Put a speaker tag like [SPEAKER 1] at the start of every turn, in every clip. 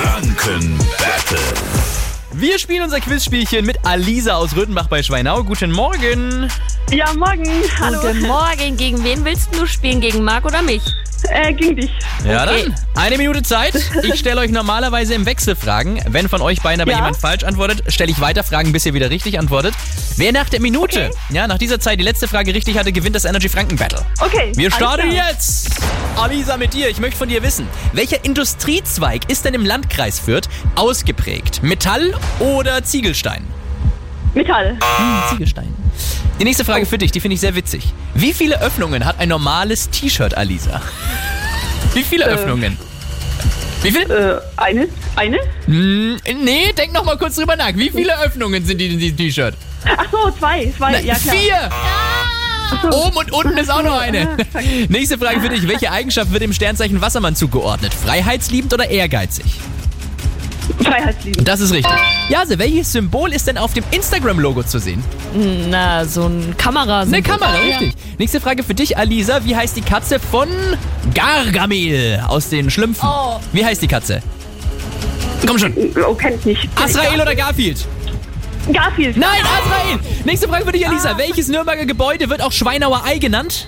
[SPEAKER 1] Franken Battle.
[SPEAKER 2] Wir spielen unser Quizspielchen mit Alisa aus Rödenbach bei Schweinau. Guten Morgen.
[SPEAKER 3] Ja, morgen. Hallo.
[SPEAKER 4] Guten Morgen. Gegen wen willst du spielen? Gegen Marc oder mich?
[SPEAKER 3] Äh, ging dich.
[SPEAKER 2] Ja,
[SPEAKER 4] Okay.
[SPEAKER 2] dann. Eine Minute Zeit. Ich stelle euch normalerweise im Wechsel Fragen. Wenn von euch beiden aber
[SPEAKER 3] Ja.
[SPEAKER 2] jemand falsch antwortet, stelle ich weiter Fragen, bis ihr wieder richtig antwortet. Wer nach der Minute, ja, nach dieser Zeit die letzte Frage richtig hatte, gewinnt das Energy Franken Battle.
[SPEAKER 3] Okay.
[SPEAKER 2] Wir
[SPEAKER 3] alles
[SPEAKER 2] starten
[SPEAKER 3] klar.
[SPEAKER 2] jetzt. Alisa mit dir. Ich möchte von dir wissen, welcher Industriezweig ist denn im Landkreis Fürth ausgeprägt? Metall oder Ziegelstein?
[SPEAKER 3] Metall.
[SPEAKER 2] Hm, Ziegelstein. Die nächste Frage
[SPEAKER 3] Oh.
[SPEAKER 2] für dich, die finde ich sehr witzig. Wie viele Öffnungen hat ein normales T-Shirt, Alisa? Wie viele Öffnungen? Wie viel?
[SPEAKER 3] Äh, eine? Eine?
[SPEAKER 2] Hm, nee, denk noch mal kurz drüber nach. Wie viele Öffnungen sind die in diesem T-Shirt?
[SPEAKER 3] Ach so, zwei. Zwei,
[SPEAKER 2] Na,
[SPEAKER 3] ja klar. Ah!
[SPEAKER 2] Vier! Oben und unten ist auch noch eine. Nächste Frage für dich. Welche Eigenschaft wird dem Sternzeichen Wassermann zugeordnet? Freiheitsliebend oder ehrgeizig?
[SPEAKER 3] Freiheitslieben.
[SPEAKER 2] Das ist richtig. Jase, welches Symbol ist denn auf dem Instagram-Logo zu sehen?
[SPEAKER 4] Na, so ein Kamera.
[SPEAKER 2] Eine Kamera, richtig. Nächste Frage für dich, Alisa. Wie heißt die Katze von Gargamel aus den Schlümpfen?
[SPEAKER 4] Oh.
[SPEAKER 2] Wie heißt die Katze? Komm schon.
[SPEAKER 3] Oh, kenn ich nicht.
[SPEAKER 2] Azrael oder Garfield?
[SPEAKER 3] Garfield.
[SPEAKER 2] Nein, Azrael! Nächste Frage für dich, Alisa. Welches Nürnberger Gebäude wird auch Schweinauer Ei genannt?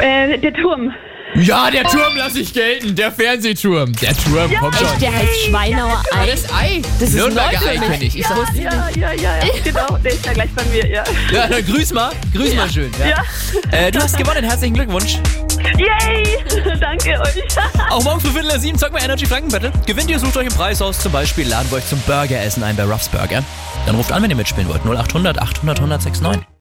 [SPEAKER 3] Äh, der Turm.
[SPEAKER 2] Ja, der Turm lasse ich gelten. Der Fernsehturm. Der Turm, komm
[SPEAKER 4] Echt, der heißt Schweinauer Ei.
[SPEAKER 2] Das ne? Ei.
[SPEAKER 4] Das ist ein
[SPEAKER 2] Nürnberger
[SPEAKER 4] Leugner.
[SPEAKER 2] Ei kenne ich. ich sag,
[SPEAKER 3] Ja, ja, ja, ja. Genau, der ist ja gleich bei mir, ja.
[SPEAKER 2] ja, dann grüß mal. Grüß mal schön. Ja.
[SPEAKER 3] Ja.
[SPEAKER 2] Äh, du hast gewonnen. Herzlichen Glückwunsch.
[SPEAKER 3] Yay! Danke euch.
[SPEAKER 2] Auch morgen für Viertel nach sieben zocken wir Energy Franken Battle. Gewinnt ihr, sucht euch einen Preis aus. Zum Beispiel laden wir euch zum Burgeressen ein bei Ruffs Burger. Dann ruft an, wenn ihr mitspielen wollt. 0800 800 1069.